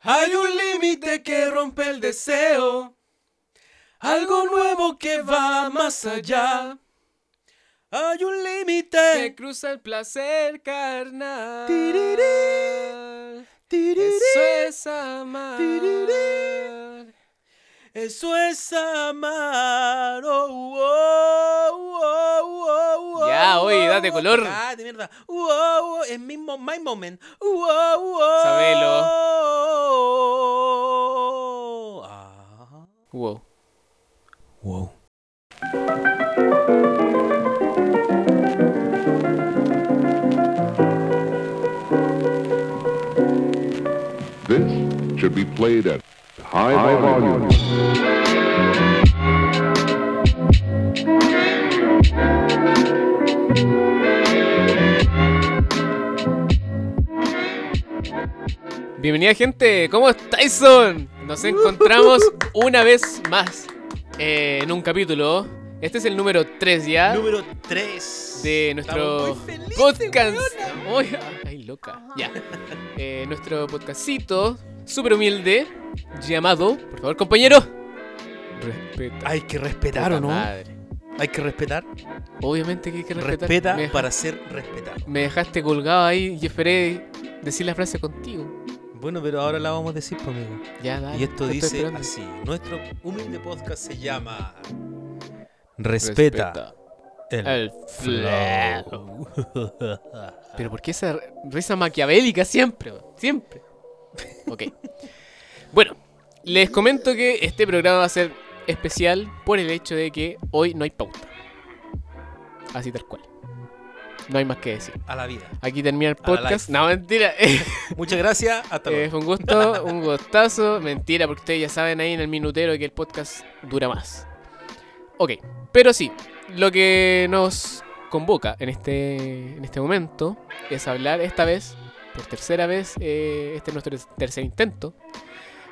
Hay un límite que rompe el deseo, algo nuevo que va más allá. Hay un límite que cruza el placer carnal. Tirirí, tirirí, Eso es amar. tirirí. eso es amar. Oh, oh, oh, oh, oh, Ya, oh, oye, oh, date oh, color. Ah, de mierda. Uh, oh, oh, es mi mo- my moment. Uh, oh, oh, Sabelo. oh, oh, oh. Ah. Wow. Wow. This should be played at high, volume. Bienvenida gente, ¿cómo estáis? Son? Nos encontramos una vez más eh, en un capítulo. Este es el número 3 ya Número 3 de nuestro podcast. Uy, ay, loca. Ya. Eh, nuestro podcastito súper humilde llamado, por favor, compañero. Respeta. Hay que respetar, ¿o Puta no? madre. Hay que respetar. Obviamente que hay que respetar. Respeta Me- para ser respetado. Me dejaste colgado ahí y esperé decir la frase contigo. Bueno, pero ahora la vamos a decir, pues, amigo. Ya, dale. Y esto Ah, te estoy dice esperando. así. Nuestro humilde podcast se llama... Respeta, el, el flow. flow. Pero ¿por qué esa risa maquiavélica siempre? weón? Siempre. Ok. bueno, les comento que este programa va a ser especial por el hecho de que hoy no hay pauta. Así tal cual. No hay más que decir. A la vida. Aquí termina el A la podcast. No, mentira. Muchas gracias. Hasta Eh, luego. fue un gusto, un gustazo. Mentira, porque ustedes ya saben ahí en el minutero que el podcast dura más. Ok, pero sí, lo que nos convoca en este, en este momento es hablar esta vez, por tercera vez, eh, este es nuestro tercer intento,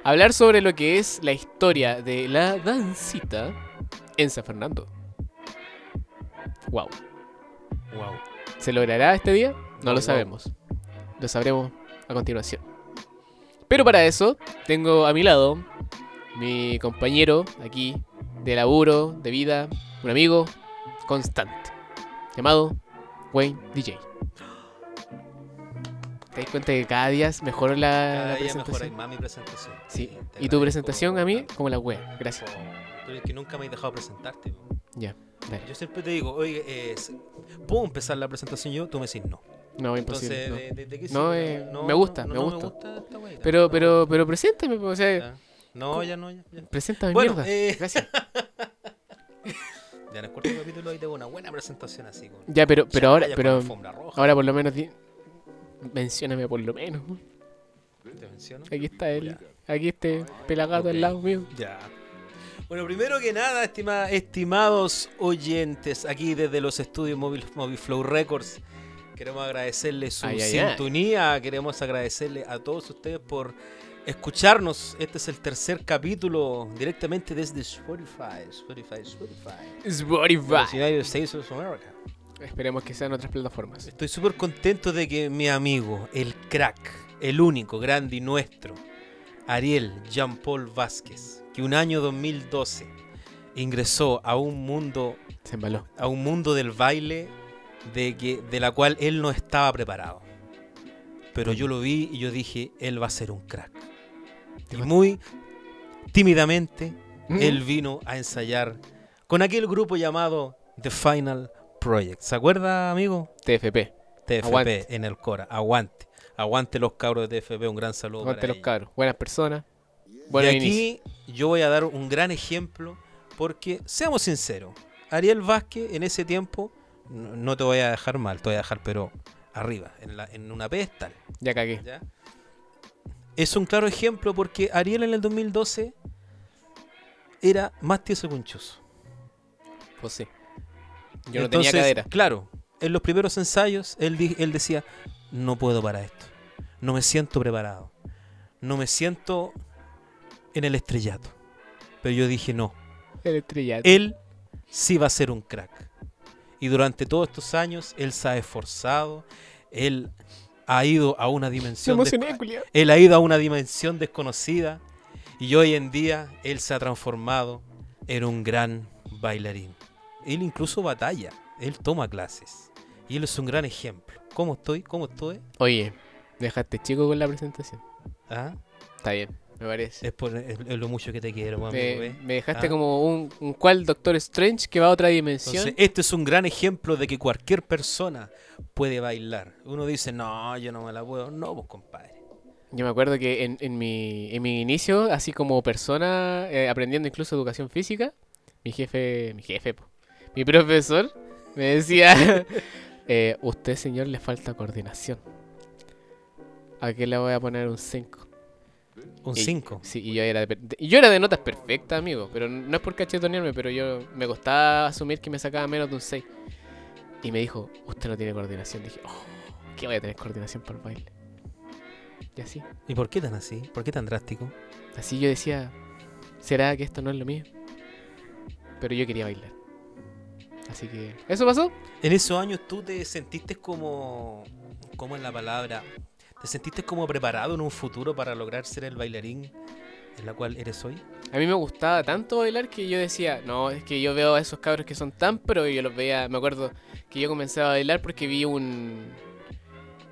hablar sobre lo que es la historia de la dancita en San Fernando. Wow. Wow. ¿Se logrará este día? No Wow, wow. lo sabemos. Lo sabremos a continuación. Pero para eso, tengo a mi lado mi compañero aquí de laburo, de vida, un amigo constante, llamado Wayne DJ. ¿Te das cuenta que cada día mejora la, Cada la día mejora presentación? más mi presentación. Sí. te Y tu agradezco presentación a mí, tanto. como la wea. Gracias. Oh, Tú eres que nunca me has dejado presentarte. po. Ya. dale. Yo siempre te digo, oye, eh, ¿puedo empezar la presentación yo? Tú me decís no. No, Entonces, imposible. no. ¿de- de- de qué No, sirve? eh, me gusta, me gusta. esta weita, Pero, no, pero, pero preséntame, o sea, ya. No, ya no, ya. ya. preséntame Bueno, mierda. eh. Gracias. Ya en el cuarto capítulo ahí tengo una buena presentación así. Con Ya, pero, pero ahora, Shania con pero. alfombra roja, Ahora por lo menos di- mencióname por lo menos. te menciono. Aquí está él. Aquí este pelagato al lado mío. Ya. Bueno, primero que nada, estima- estimados oyentes, aquí desde los estudios Móvil Flow Records, queremos agradecerles su Ay, ay, ay. sintonía, queremos agradecerles a todos ustedes por escucharnos. Este es el tercer capítulo directamente desde Spotify, Spotify, Spotify. Los Spotify. United States of America. Esperemos que sean otras plataformas. Estoy súper contento de que mi amigo, el crack, el único, grande y nuestro, Ariel Jean-Paul Vázquez, que un año 2012 ingresó a un mundo, Se embaló. a un mundo del baile de, que, de la cual él no estaba preparado. Pero yo lo vi y yo dije, él va a ser un crack. Y muy tímidamente, él vino a ensayar con aquel grupo llamado The Final Project. ¿Se acuerda, amigo? TFP. TFP Aguante. en el Cora. Aguante. Aguante los cabros de TFP. Un gran saludo. Aguante para los ellos. cabros. Buenas personas. Buenos y inicios. aquí yo voy a dar un gran ejemplo porque, seamos sinceros, Ariel Vázquez en ese tiempo, no, no te voy a dejar mal, te voy a dejar pero arriba, en, la- en una pedestal. Ya cagué. ¿ya? Es un claro ejemplo porque Ariel en el 2012 era más tieso que un chuzo. Pues sí. Yo no tenía cadera. Claro, en los primeros ensayos él, di- él decía, no puedo para esto, no me siento preparado, no me siento en el estrellato. Pero yo dije, no, El estrellato. él sí va a ser un crack. Y durante todos estos años él se ha esforzado, él ha ido a una dimensión des- culiao. él ha ido a una dimensión desconocida y hoy en día él se ha transformado en un gran bailarín. Él incluso batalla, él toma clases y él es un gran ejemplo. ¿Cómo estoy? ¿Cómo estoy? Oye, dejaste chico con la presentación. ¿Ah? Está bien, me parece. Es, por, es- es lo mucho que te quiero, mami, me, güey. me dejaste Ah. como un, un cual Doctor Strange que va a otra dimensión. Entonces, este es un gran ejemplo de que cualquier persona puede bailar. Uno dice, no, yo no me la puedo. No, pues compadre. Yo me acuerdo que en, en mi, en mi inicio, así como persona, eh, aprendiendo incluso educación física, mi jefe, mi jefe, po, mi profesor me decía, eh, usted señor le falta coordinación. ¿A qué le voy a poner un 5? Un Y- 5. Sí, y yo era de, per- de- y yo era de notas perfectas, amigo. Pero no es por cachetonearme, pero yo me costaba asumir que me sacaba menos de un 6. Y me dijo, usted no tiene coordinación. Dije, oh, ¿qué voy a tener coordinación para el baile? Y así. ¿Y por qué tan así? ¿Por qué tan drástico? Así yo decía, ¿será que esto no es lo mío? Pero yo quería bailar. Así que, ¿eso pasó? En esos años tú te sentiste como, como en la palabra, te sentiste como preparado en un futuro para lograr ser el bailarín en la cual eres hoy. A mí me gustaba tanto bailar que yo decía, no, es que yo veo a esos cabros que son tan pro y yo los veía, me acuerdo que yo comencé a bailar porque vi un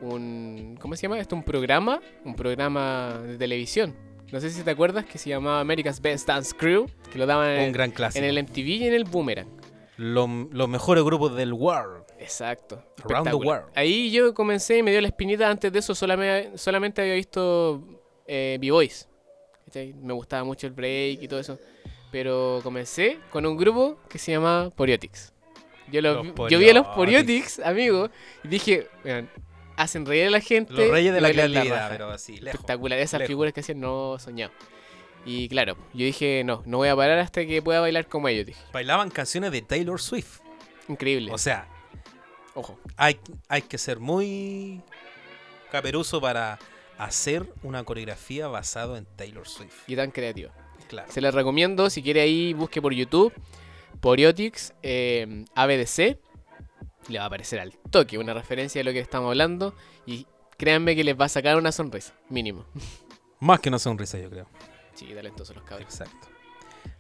un ¿cómo se llama? Esto un programa, un programa de televisión. No sé si te acuerdas que se llamaba America's Best Dance Crew, que lo daban Un en, el- gran clásico. Eh, en el MTV y en el Boomerang. Lo- los mejores grupos del world. Exacto. the espectacular. world. Ahí yo comencé y me dio la espinita. Antes de eso solamente, solamente había visto eh, B-Boys. ¿Cachai? Me gustaba mucho el break y todo eso. Pero comencé con un grupo que se llamaba Poriotics. Yo, los Los vi- yo vi a los Poriotics. Poriotics, amigo, y dije, "Weón, hacen reír a la gente. Los reyes de y la bailan creatividad, raja". pero así, lejos. Espectacular, esas lejos. figuras que hacían, no soñado. Y claro, yo dije, no, no voy a parar hasta que pueda bailar como ellos. Dije, Bailaban canciones de Taylor Swift. increíble. O sea, Ojo, hay, hay que ser muy caperuso para hacer una coreografía basada en Taylor Swift. y tan creativo. Claro. Se les recomiendo, si quiere ahí busque por YouTube, Poriotics, eh, ABDC, le va a aparecer al toque una referencia de lo que estamos hablando y créanme que les va a sacar una sonrisa, mínimo. Más que una sonrisa, yo creo. Sí, talentosos los cabros. Exacto.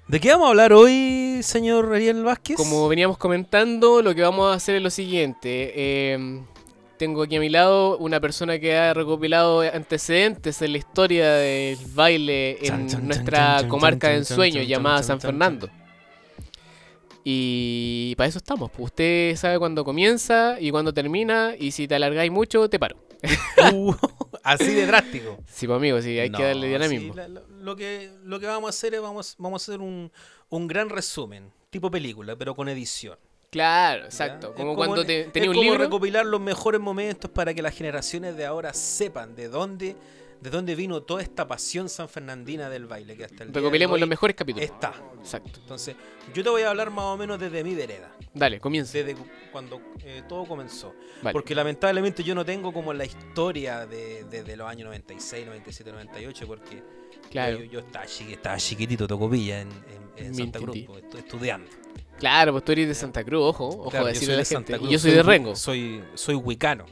¿De qué vamos a hablar hoy, señor Ariel Vázquez? Como veníamos comentando, lo que vamos a hacer es lo siguiente. eh, tengo aquí a mi lado una persona que ha recopilado antecedentes en la historia del baile en Chan, chan, chan, nuestra chan, chan, comarca chan, de chan, ensueño chan, llamada chan, San chan, Fernando. Y para eso estamos. pues. Usted sabe cuándo comienza y cuándo termina. Y si te alargáis mucho, te paro. Uh, así de drástico. Sí, pues amigo, sí, hay que No, darle dinamismo. sí, la- la- lo, que, lo que vamos a hacer es vamos, vamos a hacer un, un gran resumen, tipo película, pero con edición. Claro, ¿ya? exacto. Es Como, cuando te, es tenía un como libro. recopilar los mejores momentos para que las generaciones de ahora sepan de dónde, de dónde vino toda esta pasión sanfernandina del baile que hasta el día de Recopilemos hoy los mejores capítulos. está. Exacto. Entonces, yo te voy a hablar más o menos desde mi vereda, Dale, comience. desde cu- cuando eh, todo comenzó. Vale. Porque lamentablemente yo no tengo como la historia de, de- de los años 96, 97, 98, porque Claro. yo, yo estaba, chiqui- estaba chiquitito, tocopilla en, en, en Santa Cruz, Mintintí. pues, estu- estudiando. Claro, pues tú eres de Santa Cruz, ojo, ojo Claro, a yo soy decirle a de la Santa gente. Cruz, Y yo soy de hu- Rengo. Soy, soy huicano,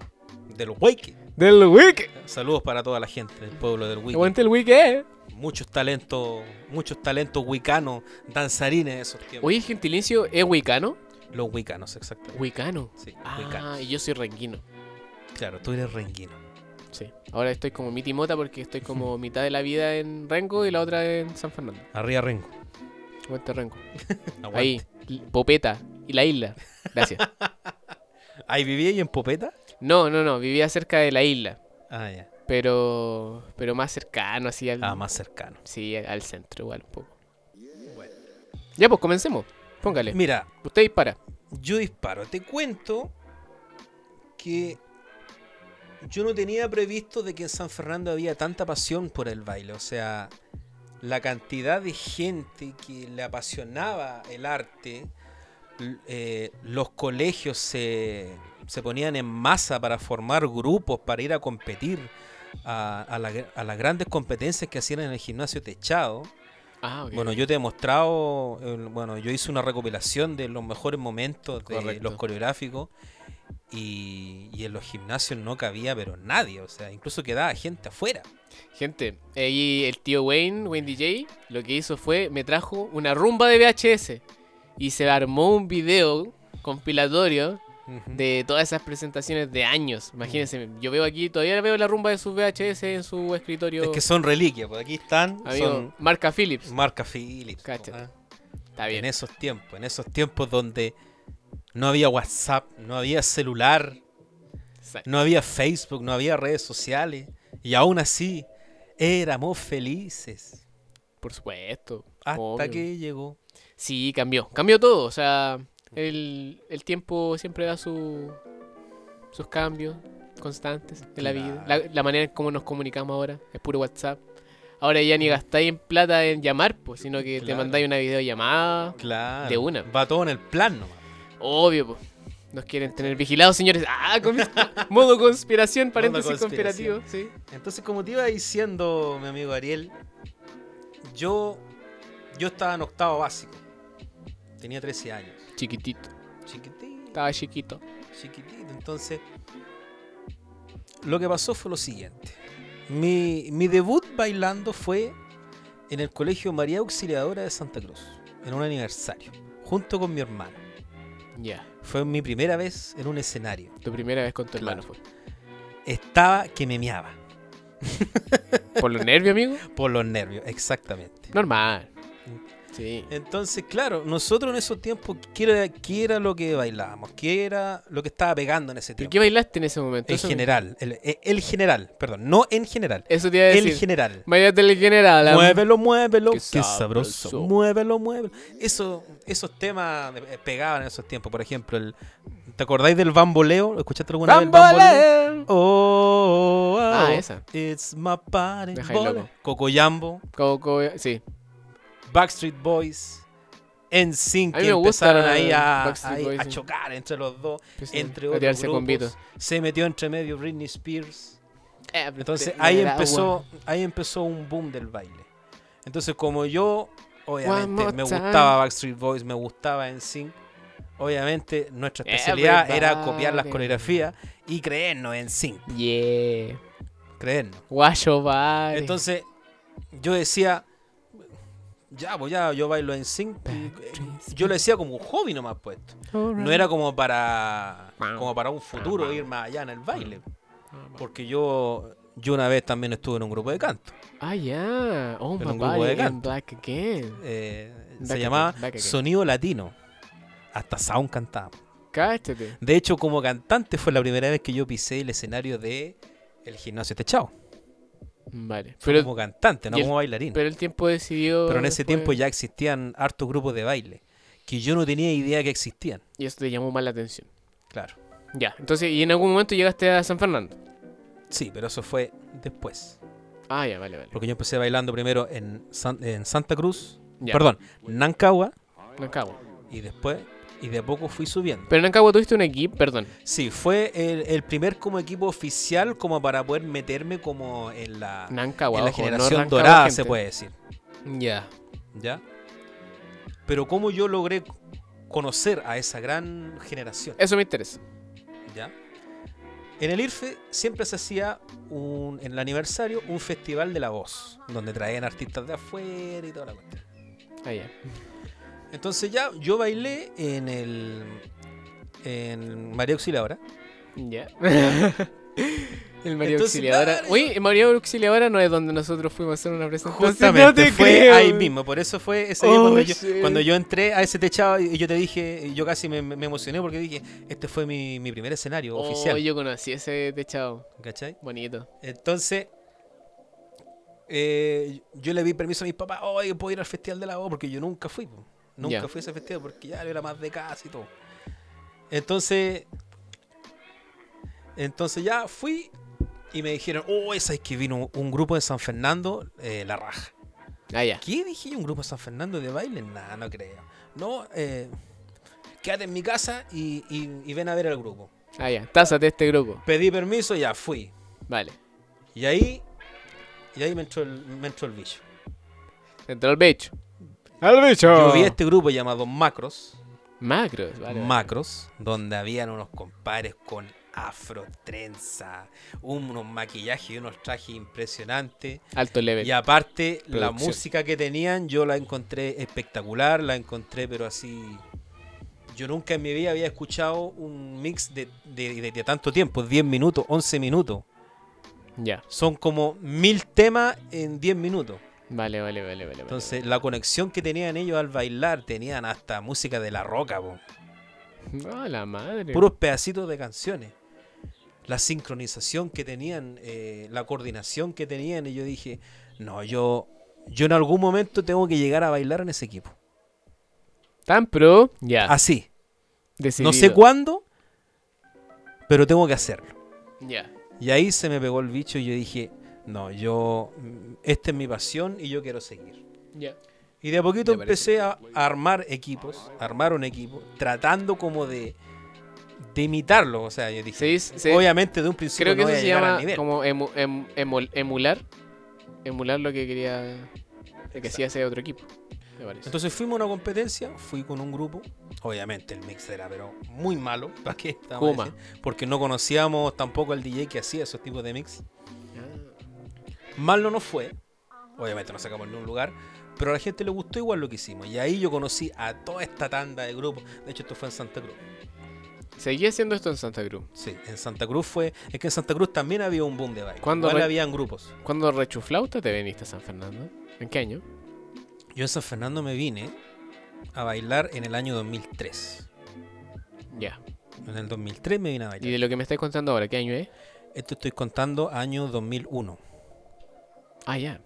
de los huiques. Del Wiki. Saludos para toda la gente del pueblo del huique. Aguante el Wiki, eh. Muchos talentos, muchos talentos huicanos, danzarines de esos tiempos. Oye, gentilicio, ¿es huicano? Los huicanos, exactamente. Huicano. Sí, huicanos. Ah, y yo soy renguino. Claro, tú eres renguino. Sí. Ahora estoy como mi timota porque estoy como mitad de la vida en Rengo y la otra en San Fernando. Arriba rengo. Aguante Rengo. Aguante. Ahí, L- Popeta y la isla. Gracias. ¿Ahí vivía y en Popeta? No, no, no, vivía cerca de la isla. Ah, ya. Pero, pero más cercano, así al, Ah, más cercano. sí, al centro, igual un poco. Ya, pues comencemos. Póngale. Mira, Usted dispara. yo disparo. Te cuento que yo no tenía previsto de que en San Fernando había tanta pasión por el baile. O sea, la cantidad de gente que le apasionaba el arte, l- eh, los colegios se, se ponían en masa para formar grupos, para ir a competir a, a la- a las grandes competencias que hacían en el gimnasio techado. Ah, ok. Bueno, yo te he mostrado, eh, bueno, yo hice una recopilación de los mejores momentos de Correcto. los coreográficos Y, y en los gimnasios no cabía, pero nadie, o sea, incluso quedaba gente afuera. Gente, ahí el tío Wayne, Wayne DJ, lo que hizo fue, me trajo una rumba de VHS y se armó un video compilatorio Ujú. de todas esas presentaciones de años. Imagínense, yo veo aquí, todavía veo la rumba de sus VHS en su escritorio. Es que son reliquias, por aquí están, amigo, son marca Philips. marca Philips. po, Cacha. ah. Está bien. En esos tiempos, en esos tiempos donde no había WhatsApp, no había celular, Exacto. no había Facebook, no había redes sociales. Y aún así, éramos felices. Por supuesto. Hasta obvio. que llegó. Sí, cambió. Cambió todo. O sea, el, el tiempo siempre da su, sus cambios constantes en la vida. La, Claro. la manera en cómo nos comunicamos ahora es puro WhatsApp. Ahora ya ni gastáis en plata en llamar, pues, sino que te Claro. mandáis una videollamada. Claro. De una. Va todo en el plan nomás. Obvio, pues. Nos quieren tener vigilados, señores. Ah, con- modo conspiración, paréntesis conspiración. conspirativo. Sí. Entonces, como te iba diciendo, mi amigo Ariel, yo, yo estaba en octavo básico. Tenía 13 años. Chiquitito. Chiquitito, Estaba chiquito. chiquitito. Entonces, lo que pasó fue lo siguiente. Mi, mi debut bailando fue en el Colegio María Auxiliadora de Santa Cruz, en un aniversario, junto con mi hermano. Ya. Fue mi primera vez en un escenario. Tu primera vez con tu Claro. hermano fue. Estaba que me meaba, ¿Por los nervios, amigo? por los nervios, exactamente. Normal. Sí. Entonces, claro, nosotros en esos tiempos, ¿qué era, qué era lo que bailábamos? ¿Qué era lo que estaba pegando en ese ¿Y tiempo? qué bailaste en ese momento? En Eso- general, el, eh, el general, perdón, no en general, Eso te iba a el decir. general. Bailaste el general. ah. Muévelo, muévelo, Qué qué, sabroso. sabroso. Muévelo, muévelo. Eso, esos temas eh, pegaban en esos tiempos, por ejemplo, el, ¿te acordáis del bamboleo? ¿Escuchaste alguna vez el bamboleo? Bamboleo. Oh, oh, oh, Ah, oh. esa. It's my party. De Jaime ball. Loco. Cocoyambo, Co- co- eh, sí. Backstreet Boys, NSYNC A mí que me gusta empezaron ahí a, Backstreet ahí Boys, a sí. chocar entre los dos, Empiezan entre a otros tirarse grupos. combitos. Se metió entre medio Britney Spears. Eh, Entonces te- ahí era agua. empezó, ahí empezó un boom del baile. Entonces como yo, One more obviamente, me time. gustaba Backstreet Boys, me gustaba NSYNC, obviamente nuestra especialidad era copiar las Everybody. coreografías y creernos en NSYNC, Yeah. creernos. Guayo bye. Entonces yo decía, ya, pues ya, yo bailo en sync. eh, Yo lo decía como un hobby nomás puesto. No era como para, como para un futuro ir más allá en el baile. Ah, Porque yo, yo una vez también estuve en un grupo de canto. Ah, ya. Oh, Era my un grupo body de in canto. black again. eh, Back se again, llamaba back again. Sonido Latino. Hasta Sound cantaba. Cáchate. De hecho, como cantante fue la primera vez que yo pisé el escenario de el gimnasio techado. Vale. Fue Pero, como cantante, no y el- como bailarín. Pero, pero el tiempo decidió. en ese después- tiempo ya existían hartos grupos de baile que yo no tenía idea que existían. Y eso te llamó más la atención. Claro. Ya. Entonces, y en algún momento llegaste a San Fernando. Sí, pero eso fue después. Ah, ya, vale, vale. Porque yo empecé bailando primero en, San- en Santa Cruz, Ya. perdón, Nancagua, Nancagua. y después, y de a poco fui subiendo. Pero en Nancagua tuviste un equipo, perdón. Sí, fue el, el primer como equipo oficial como para poder meterme como en la, Nancagua. Ah, en la ojo, no generación Rancagua, dorada, se gente. puede decir, Ya. ¿ya? Pero cómo yo logré conocer a esa gran generación, Eso me interesa. ¿ya? En el IRFE siempre se hacía un, en el aniversario un festival de la voz, donde traían artistas de afuera y toda la cuestión. Ah, ya. Entonces ya yo bailé en el en María Auxiliadora. Ya. El María Entonces, Auxiliadora. claro, Oye, el María Auxiliadora no es donde nosotros fuimos a hacer una presentación. Justamente no te fue creo. ahí mismo, por eso fue ese día Oh, cuando, yo, shit. cuando yo entré a ese techado y yo te dije, yo casi me, me emocioné porque dije, este fue mi, mi primer escenario Oh, oficial, yo conocí ese techado. ¿cachai? Bonito. Entonces eh, yo le di permiso a mis papás, oye, puedo ir al Festival de la O, porque yo nunca fui, po. nunca Ya. fui a ese festival porque ya era más de casa y todo. Entonces, entonces ya fui y me dijeron, oh, esa es que vino un grupo de San Fernando, eh, La Raja. Ah, ya. ¿Qué dije yo? ¿Un grupo de San Fernando de baile? Nada, no creo. No, eh, quédate en mi casa y, y- y ven a ver al grupo. Ah, ya. Tásate este grupo. Pedí permiso y ya fui. Vale. Y ahí, y ahí me entró el, me entró el bicho. Entró el bicho. ¡Al bicho! Yo vi este grupo llamado Macros, Macros, vale. macros, donde habían unos compares con afro, trenza, un- unos maquillajes y unos trajes impresionantes. Alto level. Y aparte, la Producción. música que tenían, yo la encontré espectacular, la encontré, pero así. Yo nunca en mi vida había escuchado un mix de, de- de- de tanto tiempo, 10 minutos, 11 minutos. Ya. Son como mil temas en 10 minutos. Vale, vale, vale, vale. vale. Entonces, la conexión que tenían ellos al bailar, tenían hasta música de la roca, po. No, Ah, la madre. puros pedacitos de canciones. La sincronización que tenían, eh, la coordinación que tenían, y yo dije, no, yo, yo en algún momento tengo que llegar a bailar en ese equipo. Tan pro. Ya. Así. No decidido. sé cuándo, pero tengo que hacerlo. Ya. Y ahí se me pegó el bicho y yo dije, no, yo, mm, esta es mi pasión y yo quiero seguir. Ya. Y de a poquito Me parece. empecé a a armar equipos, a armar un equipo, tratando como de, de imitarlo. O sea, yo dije, Se dice- se- obviamente de un principio Creo que pues, no eso voy a se llegar al llama nivel. como emu- em- emol- emular. Emular lo que quería. Lo que hacía ese otro equipo. Me parece. Entonces fuimos a una competencia, fui con un grupo, obviamente el mix era pero muy malo, ¿para qué? Te vamos a Kuma. decir, Porque no conocíamos tampoco al DJ que hacía esos tipos de mix. Ah, Mal no nos fue, obviamente no sacamos ningún lugar, pero a la gente le gustó igual lo que hicimos. Y ahí yo conocí a toda esta tanda de grupos, de hecho esto fue en Santa Cruz. Seguí haciendo esto en Santa Cruz. Sí, en Santa Cruz fue, es que en Santa Cruz también había un boom de baile. ¿Cuándo Igual re- habían grupos. ¿Cuándo rechuflauta te viniste a San Fernando? ¿En qué año? Yo en San Fernando me vine a bailar en el año 2003. Ya. En el 2003 me vine a Y bailar. de lo que me estáis contando ahora, ¿qué año es? Esto estoy contando año 2001. Ah, ya.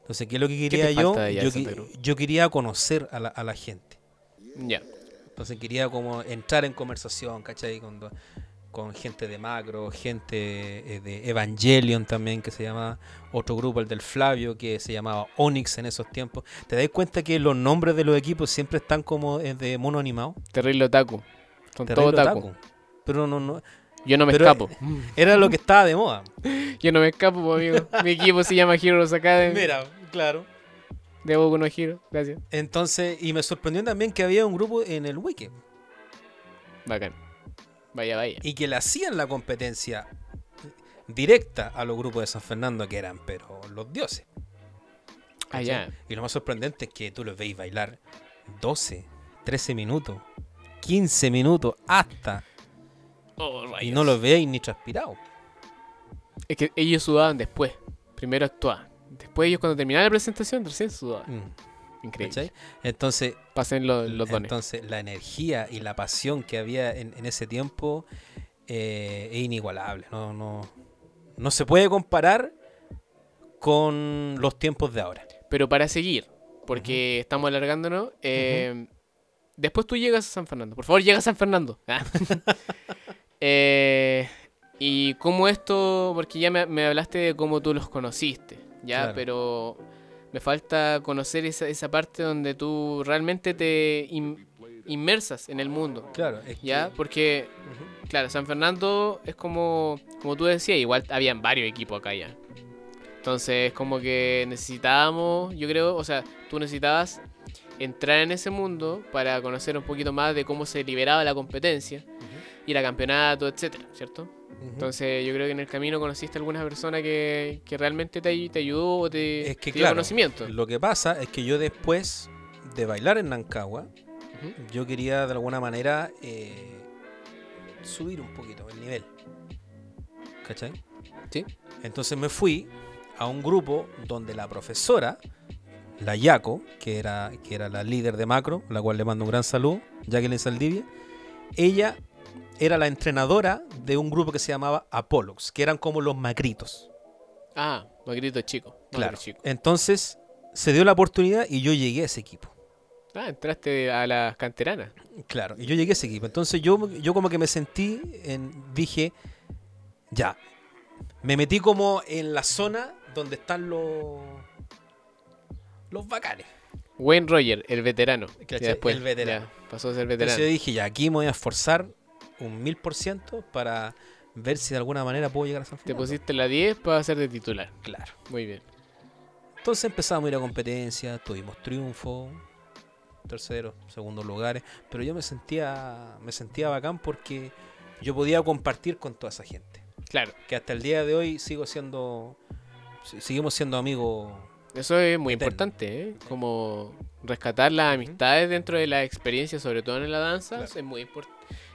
Entonces, ¿qué es lo que te quería yo? falta de allá Yo, de Santa que- Cruz? yo quería conocer a la, a la gente. Ya. Entonces, quería como entrar en conversación, ¿cachai? Con, do- con gente de Macro, gente eh, de Evangelion también, que se llamaba otro grupo, el del Flavio, que se llamaba Onyx en esos tiempos. ¿Te das cuenta que los nombres de los equipos siempre están como eh, de mono animado? Terrible otaku. Son todo Terrible otaku. otaku. Pero no, no. Yo no me Pero, escapo. Era lo que estaba de moda. Yo no me escapo, po, amigo. Mi equipo se llama Heroes Academy. Mira, claro. Debo unos giros. Gracias. Entonces, y me sorprendió también que había un grupo en el Wiki. Bacán. Vaya, vaya. y que le hacían la competencia directa a los grupos de San Fernando que eran, pero los dioses. Ah, ¿cachai? ya. Y lo más sorprendente es que tú los veis bailar 12, 13 minutos, 15 minutos hasta Oh, y rayos. no los veis ni transpirados. Es que ellos sudaban después. Primero actuaban. Después ellos cuando terminaban la presentación recién sudaban. Mm, Increíble. ¿cachai? Entonces, Pasen los, los dones. entonces la energía y la pasión que había en, en ese tiempo eh, es inigualable. No, no, no se puede comparar con los tiempos de ahora. Pero para seguir, porque estamos alargándonos, eh, después tú llegas a San Fernando. Por favor, llega a San Fernando. Ah. Eh, y cómo esto, porque ya me, me hablaste de cómo tú los conociste, ya, Claro. pero me falta conocer esa, esa parte donde tú realmente te in- inmersas en el mundo, Claro, es que- ya, porque, Ujú. claro, San Fernando es como, como tú decías, igual habían varios equipos acá ya. Entonces, como que necesitábamos, yo creo, o sea, tú necesitabas entrar en ese mundo para conocer un poquito más de cómo se liberaba la competencia, ir a campeonato, etcétera, ¿cierto? Entonces, yo creo que en el camino conociste a alguna persona que, que realmente te, ay- te ayudó o te, Es que, te dio claro, conocimiento. Lo que pasa es que yo después de bailar en Nancagua, Ujú. yo quería de alguna manera eh, subir un poquito el nivel. ¿Cachai? Sí. Entonces me fui a un grupo donde la profesora, la Yaco, que era, que era la líder de macro, la cual le mando un gran saludo, Jacqueline Saldivia, ella era la entrenadora de un grupo que se llamaba Apollox, que eran como los macritos. Ah, Magrito chico. Claro. Magrito chico. Entonces se dio la oportunidad y yo llegué a ese equipo. Ah, entraste a las canteranas. Claro, y yo llegué a ese equipo. Entonces yo, yo como que me sentí, en, dije, ya, me metí como en la zona donde están los los bacanes. Wayne Roger, el veterano. y ¿Cachai? después, El veterano. ya, pasó a ser Entonces yo veterano. dije, ya, aquí me voy a esforzar un mil por ciento para ver si de alguna manera puedo llegar a San Te Fernando. pusiste la 10 para ser de titular. Claro. Muy bien. Entonces empezamos a ir a competencia, tuvimos triunfo, terceros, segundos lugares, pero yo me sentía, me sentía bacán porque yo podía compartir con toda esa gente. Claro, Que hasta el día de hoy sigo siendo, si- seguimos siendo amigos. eso es muy Eterno. importante, ¿eh? Como rescatar las amistades dentro de la experiencia, sobre todo en la danza, Claro. es, muy impor-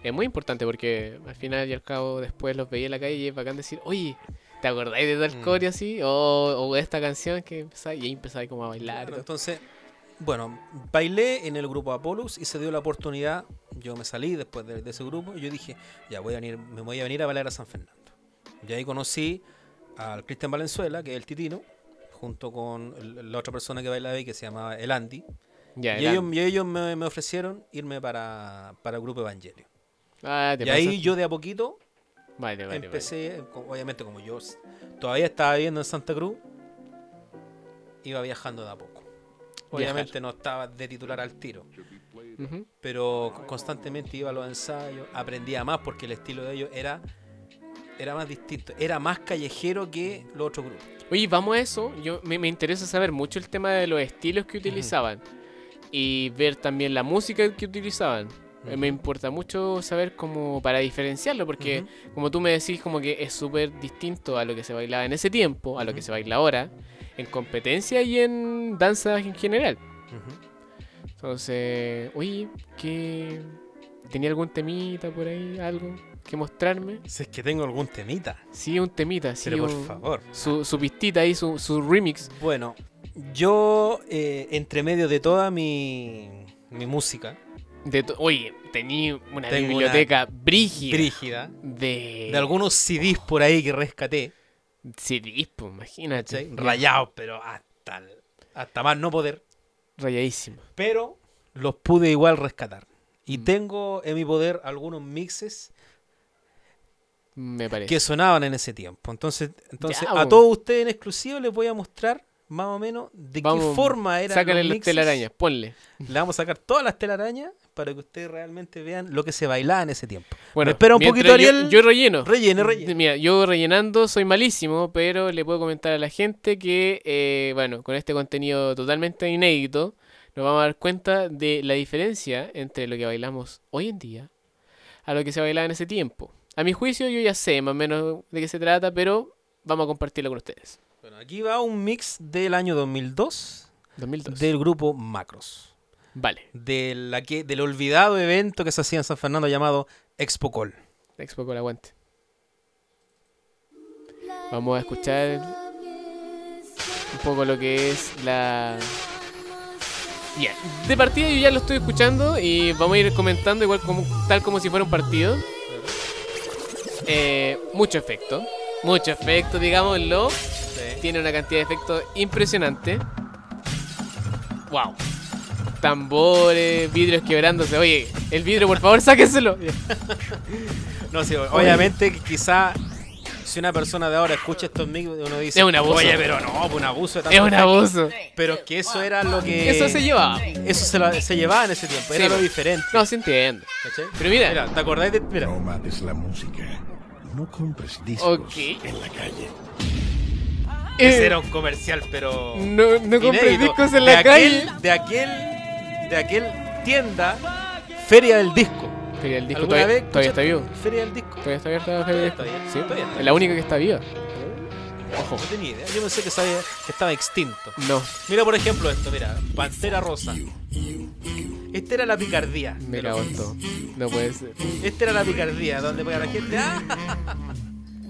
es muy importante porque al final y al cabo después los veía en la calle y es bacán decir, oye, ¿te acordáis de tal Mm. coreo así? O, o de esta canción que empezáis y ahí empezáis como a bailar. y Claro, todo. entonces, bueno, bailé en el grupo Apollos y se dio la oportunidad. Yo me salí después de, de ese grupo y yo dije, ya voy a venir, me voy a venir a bailar a San Fernando. Y ahí conocí al Cristian Valenzuela, que es el titino, junto con el- la otra persona que bailaba ahí, que se llamaba El Andy. Ya, Y era- ellos, y ellos me, me ofrecieron irme para, para el grupo Evangelio. Ah, te Y ahí pasaste. yo de a poquito Vale, vale, vale. empecé, co- obviamente como yo s- todavía estaba viviendo en Santa Cruz, iba viajando de a poco. Obviamente no estaba de titular al tiro, Ujú. pero co- constantemente iba a los ensayos, aprendía más porque el estilo de ellos era, era más distinto, era más callejero que los otros grupos. Oye, vamos a eso. Yo, me, me interesa saber mucho el tema de los estilos que utilizaban y ver también la música que utilizaban. Eh, Me importa mucho saber cómo para diferenciarlo, porque Ujú. como tú me decís, como que es súper distinto a lo que se bailaba en ese tiempo, a lo que Ujú. se baila ahora, en competencia y en danza en general. Ujú. Entonces, oye, ¿qué... ¿tenía algún temita por ahí? ¿Algo que mostrarme? Si es que tengo algún temita, Sí, un temita, sí. pero por un- favor. Su, su pistita ahí, su, su remix. Bueno, yo eh, entre medio de toda mi, mi música, De to- Oye, tenía Tengo una una biblioteca brígida Eh. brígida, de, de algunos CDs por ahí que rescaté, CDs, pues, ¿cachai? imagínate. rayados, pero hasta, el- hasta más no poder. Rayadísima. Pero los pude igual rescatar. Y Mm. tengo en mi poder algunos mixes Me parece. que sonaban en ese tiempo. Entonces, entonces Ya, a bo. todos ustedes en exclusivo les voy a mostrar más o menos de qué Vamos, forma eran Sácale los las mixes. telarañas, ponle. Le vamos a sacar todas las telarañas para que ustedes realmente vean lo que se bailaba en ese tiempo. Bueno, Me espera un mientras poquito, yo- Ariel. Yo, relleno. Rellene, rellene. Mira, yo rellenando soy malísimo, pero le puedo comentar a la gente que, eh, bueno, con este contenido totalmente inédito, nos vamos a dar cuenta de la diferencia entre lo que bailamos hoy en día a lo que se bailaba en ese tiempo. A mi juicio, yo ya sé más o menos de qué se trata, pero vamos a compartirlo con ustedes. Bueno, aquí va un mix del año 2002 2002. del grupo Macros, Vale, de la que, del olvidado evento que se hacía en San Fernando llamado Expo Col. Expo con aguante. Vamos a escuchar un poco lo que es la... Bien, de partida yo ya lo estoy escuchando y vamos a ir comentando igual como, tal como si fuera un partido. Eh, mucho efecto, mucho efecto, digámoslo. Tiene una cantidad de efectos impresionante. Wow. Tambores, vidrios quebrándose. Oye, el vidrio, por favor, sáquenselo. No, sí, obviamente que quizá si una persona de ahora escucha estos mix, uno dice, Es un abuso. oye, pero no, pues un abuso de tanto Es un efecto". abuso. Pero es que eso era lo que... Eso se llevaba. Eso se, la- se llevaba en ese tiempo, era Sí, lo po. diferente. No, se entiende. ¿cachai? Pero mira. Mira, ¿te acordáis de...? Mira. No mates la música. No compres discos Ok. en la calle. Ese Eh, era un comercial, pero... no no compré inédito. discos en De la aquel- calle. De aquel... De aquel tienda, Feria del Disco. Pero el disco ¿Alguna todavía, vez todavía está escuchaste vivo. Feria del Disco. Todavía está abierta la feria del disco. Todavía está Sí, abierta, todavía está es la única que está viva. Ojo. No tenía idea, yo pensé que, sabía, que estaba extinto. No, Mira por ejemplo esto, mira, Pantera Rosa. Esta era la picardía. me de los cago en Beatles. todo. No puede ser. Esta era la picardía, donde para la gente ah,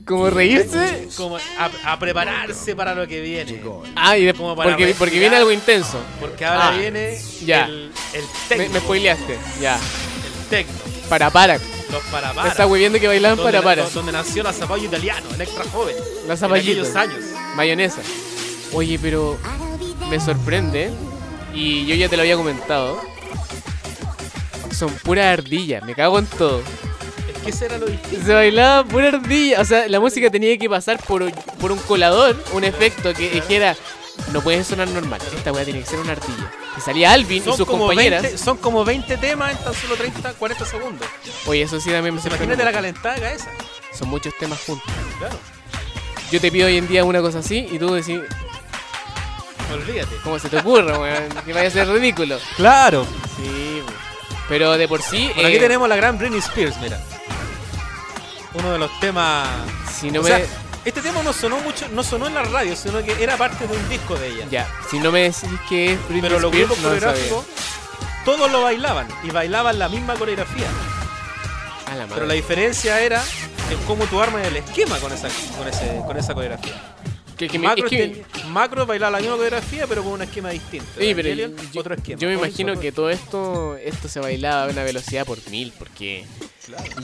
¿Cómo reírse? como a, a prepararse para lo que viene. Ah, y de- Como para porque, porque viene respirar. algo intenso. Porque ahora Ah, viene ya. el, el Me, tecno. me spoileaste. Ya. El tecno, Para para. los Me paraparas. está hueviendo que bailaban para para. Donde, donde nació la zapallo italiano, Electra joven. La En zapallito. aquellos años. Mayonesa. Oye, pero me sorprende. Y yo ya te lo había comentado. Son pura ardilla. Me cago en todo. Es que ese era lo distinto. Se bailaba pura ardilla. O sea, la música tenía que pasar por, por un colador, un efecto que dijera, no puede sonar normal. Esta weá tiene que ser una ardilla. Y salía Alvin y Son sus como, compañeras. 20, son como 20 temas en tan solo 30, 40 segundos. Oye, eso sí también me Pues sorprende. imagínate la calentada esa. Son muchos temas juntos. Claro, Yo te pido hoy en día una cosa así y tú decís, olvídate. ¿cómo se te ocurre, weón? Que vaya a ser ridículo. Claro. Sí, pues. Pero de por sí. Bueno, aquí eh, tenemos la gran Britney Spears, mira. Uno de los temas. Si no o me. sea, este tema no sonó mucho, no sonó en la radio, sino que era parte de un disco de ella. Ya, si no me decís que es Britney Pero los Spears, grupos no lo sabía. coreográficos, todos lo bailaban y bailaban la misma coreografía. A la Pero madre. la diferencia era en cómo tú armas el esquema con esa, con ese, con esa coreografía. Que- que me- Macro, es que- ten- Macro bailaba la misma coreografía, pero con un esquema distinto. Oye, pero Evangelion, yo, otro esquema. yo me Por imagino eso, que todo esto esto se bailaba a una velocidad por mil, porque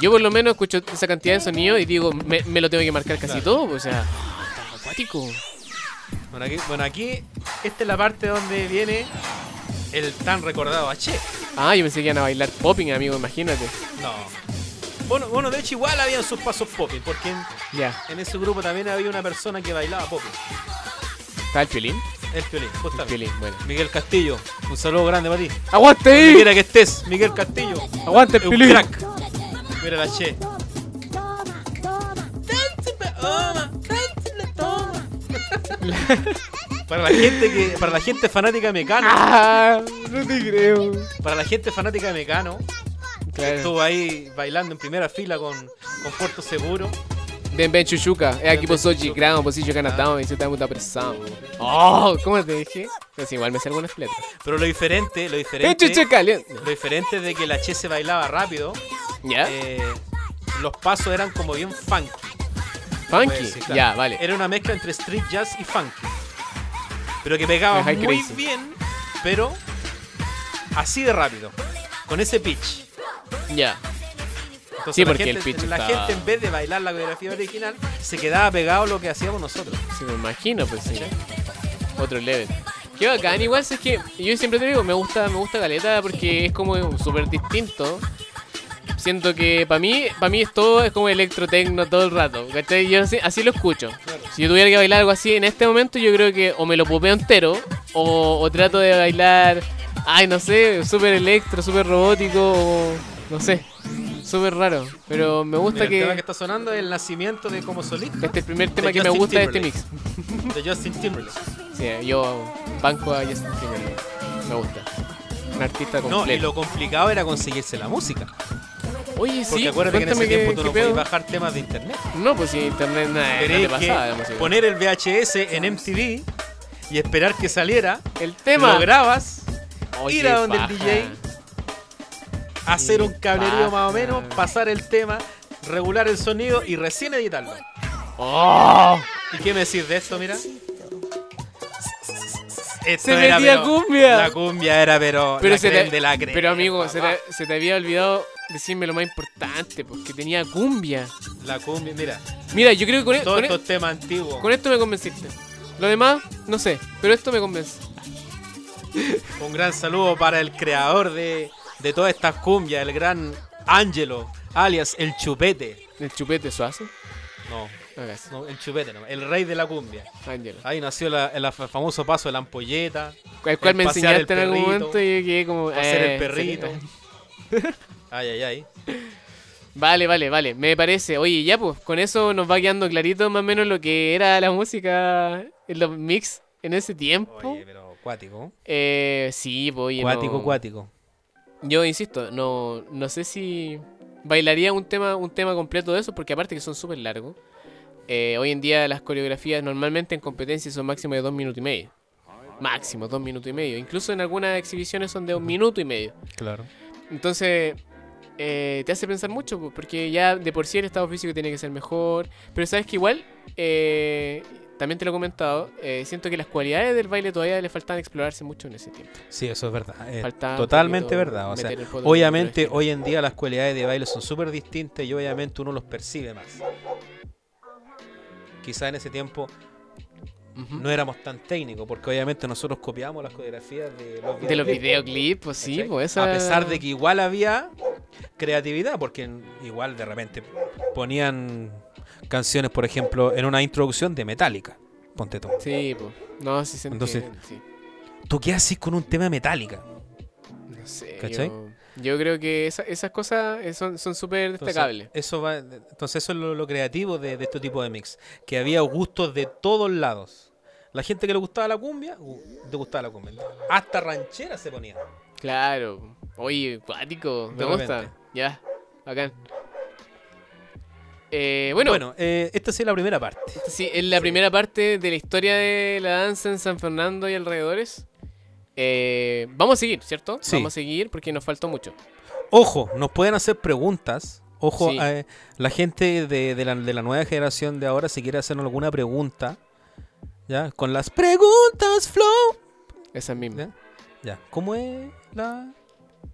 yo por lo menos escucho esa cantidad de sonido y digo, me, me lo tengo que marcar casi Claro. todo, o sea, está acuático. Bueno aquí, bueno, aquí, esta es la parte donde viene el tan recordado H. Ah, yo pensé que iban a bailar popping, amigo, imagínate. No. Bueno, bueno, de hecho igual habían sus pasos popping, porque en, Ya, en ese grupo también había una persona que bailaba popping. está el piolín. El Piolín, El justamente. piolín, bueno. Miguel Castillo, un saludo grande para ti. Donde ¡Aguante! quiera que estés, Miguel Castillo. ¡Aguante el Un piolín! crack. Mira la Che. Para la gente que, para la gente fanática de Mecano, ¡Ah! No te creo. para la gente fanática de Mecano, que Claro. estuvo ahí bailando en primera fila con, con Puerto Seguro. Ben Ben Chuchuca, é aqui Ben pro Soji Chuchuca. Ah. Grão, você jogar Natal e você tá muita pressão. Oh, como é que? Assim, igual me serve algumas letras. Pero lo diferente, lo Ben diferente, Chuchuca, ali- lo diferente de que la Che se bailaba rápido, Yeah? eh, los pasos eran como bien funky. Funky? Puede ser, claro. Ya, vale. Era una mezcla entre street jazz y funky. Pero que pegaba Ajá, muy crazy. bien, pero así de rápido. Con ese pitch. Ya. Entonces, Sí, la porque el gente- pitch La estaba- gente en vez de bailar la coreografía original, se quedaba pegado a lo que hacíamos nosotros. Sí, me imagino, pues sí. Otro level. Qué bacán, igual si es que yo siempre te digo, me gusta, me gusta Caleta porque es como súper distinto. Siento que para mí, para mí es todo, es como electrotecno todo el rato, ¿cachai? Yo así, así lo escucho. Si yo tuviera que bailar algo así en este momento, yo creo que o me lo popeo entero, o, o trato de bailar, ay, no sé, súper electro, súper robótico, o, no sé, súper raro. Pero me Mira, gusta El tema que que... está sonando es el nacimiento de como solista Este es el primer tema de que me Justin gusta de este Timberlake. mix. de Justin Timberlake. Sí, yo banco a Justin Timberlake. Me gusta. Un artista No, y completo. lo complicado era conseguirse la música. Oye, Porque sí, acuérdate que en ese cuéntame tiempo qué- tú qué no podías pedo. bajar temas de internet. No, pues si internet nada, no Tenéis te que pasaba la música. poner el VHS en MTV y esperar que saliera. El tema. Lo grabas, Oye, ir a donde el paja. DJ, hacer un cablerío más o paja. menos, pasar el tema, regular el sonido y recién editarlo. ¡Oh! ¿Y qué me decís de esto, mira? Esto Se era, metía pero- cumbia. La cumbia era, pero. Pero, la se creme te, de la creme, pero amigo, se papá. te, se te había olvidado decirme lo más importante, porque tenía cumbia. La cumbia, mira. Mira, yo creo que con, e- Todos con e- estos temas antiguos. con esto me convenciste. Lo demás, no sé, pero esto me convence. Un gran saludo para el creador de, de todas estas cumbias, el gran Angelo, alias el Chupete. El chupete suazo. No, No, gracias. no, el Chupete, no, el rey de la cumbia. Ángelo. Ahí nació la- el af- famoso paso de la ampolleta. El cual el me pasear el enseñaste en algún perrito, momento y yo quedé como. Hacer eh, el perrito. sería- Ay, ay, ay. Vale, vale, vale, me parece. Oye, ya pues, con eso nos va quedando clarito más o menos lo que era la música, los mix en ese tiempo. Oye, pero cuático. Eh, sí, pues, oye, Cuático, no- cuático. Yo insisto, no, no sé si bailaría un tema, un tema completo de eso, porque aparte que son súper largos. Eh, hoy en día las coreografías normalmente en competencia son máximo de dos minutos y medio. Máximo, dos minutos y medio. Incluso en algunas exhibiciones son de un minuto y medio. Claro. Entonces, eh, te hace pensar mucho, po, porque ya de por sí el estado físico tiene que ser mejor. Pero sabes que igual, eh, también te lo he comentado, eh, siento que las cualidades del baile todavía le faltan explorarse mucho en ese tiempo. Sí, eso es verdad. es Falta un Eh, totalmente poquito verdad. O sea, meter el poto en el obviamente micrófono. hoy en día las cualidades de baile son súper distintas y obviamente uno los percibe más. Quizá en ese tiempo no éramos tan técnicos, porque obviamente nosotros copiábamos las coreografías de los, De los videoclips, videoclips, pues sí, ¿cachai? pues esa... A pesar de que igual había creatividad, porque en- igual de repente ponían canciones, por ejemplo, en una introducción de Metallica. Ponte tú. Sí, pues. No, sí se Entonces- entiende, sí. ¿Tú qué haces con un tema de Metallica? No sé, ¿Cachai? yo, yo creo que esa- esas cosas eh, son son súper Entonces, destacables. Eso va, entonces eso es lo, lo creativo de, de este tipo de mix, que había gustos de todos lados. La gente que le gustaba la cumbia, uh, le gustaba la cumbia. Hasta ranchera se ponía. Claro. Oye, cuático, me De gusta. repente. Ya, bacán. Eh, bueno, Bueno, eh, esta sí es la primera parte. sí, es la primera parte de la historia de la danza en San Fernando y alrededores. Eh, vamos a seguir, ¿cierto? Sí. Vamos a seguir porque nos faltó mucho. Ojo, nos pueden hacer preguntas. Ojo, Sí. eh, la gente de, de la, de la nueva generación de ahora, si quiere hacernos alguna pregunta, ¿ya? Con las preguntas, Flow. Esa misma. ¿Ya? Ya, ¿cómo es la...?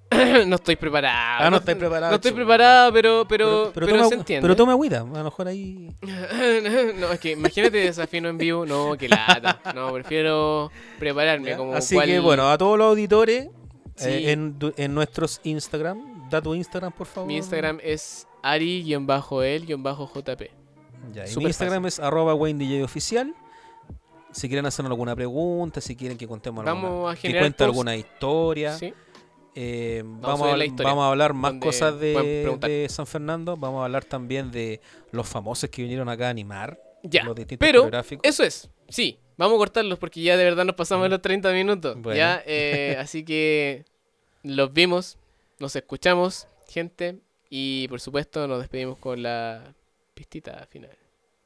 no estoy preparado. Ah, no estáis preparado, No estoy chuta. preparado, pero, pero, pero, toma, se entiende. Pero toma agüita, a lo mejor ahí... no, es que imagínate desafino en vivo. No, que lata. No, prefiero prepararme ¿ya? como Así cual- que, bueno, a todos los auditores, Sí. eh, en, du- en nuestros Instagram, da tu Instagram, por favor. Mi Instagram es ari-el-jp. Ya, y mi Súper Instagram es arroba WayneDJ oficial. Si quieren hacernos alguna pregunta, si quieren que contemos alguna, Vamos a que generar cuente post. alguna historia. ¿Sí? eh, a vamos, subir a, la historia, vamos a hablar más donde cosas pueden de, preguntar. de San Fernando. Vamos a hablar también de los famosos que vinieron acá a animar. Ya. Los distintos Pero coreográficos. eso es. Sí, vamos a cortarlos porque ya de verdad nos pasamos los 30 minutos. Mm. Bueno. Ya, eh, así que los vimos, nos escuchamos, gente. Y por supuesto nos despedimos con la pistita final,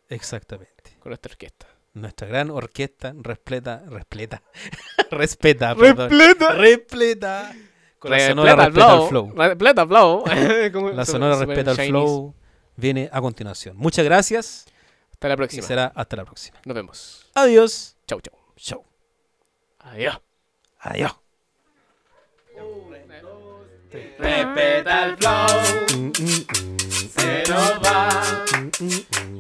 Exactamente. con nuestra orquesta. Nuestra gran orquesta respleta, respleta, respeta, perdón. Repleta. Con la sonora Repleta al respeta al flow. flow. Repleta al flow. Como La su- sonora super respeta al Chinese. flow viene a continuación. Muchas gracias Hasta la y próxima. será hasta la próxima. Nos vemos. Adiós. Chau, chau. Chau. Adiós. Adiós. Respeta el flow, se nos va.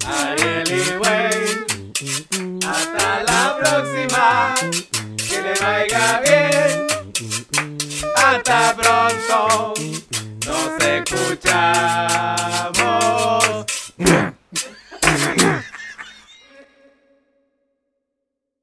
Ariel y Wayne, hasta la próxima. Que le vaya bien, hasta pronto. Nos escuchamos.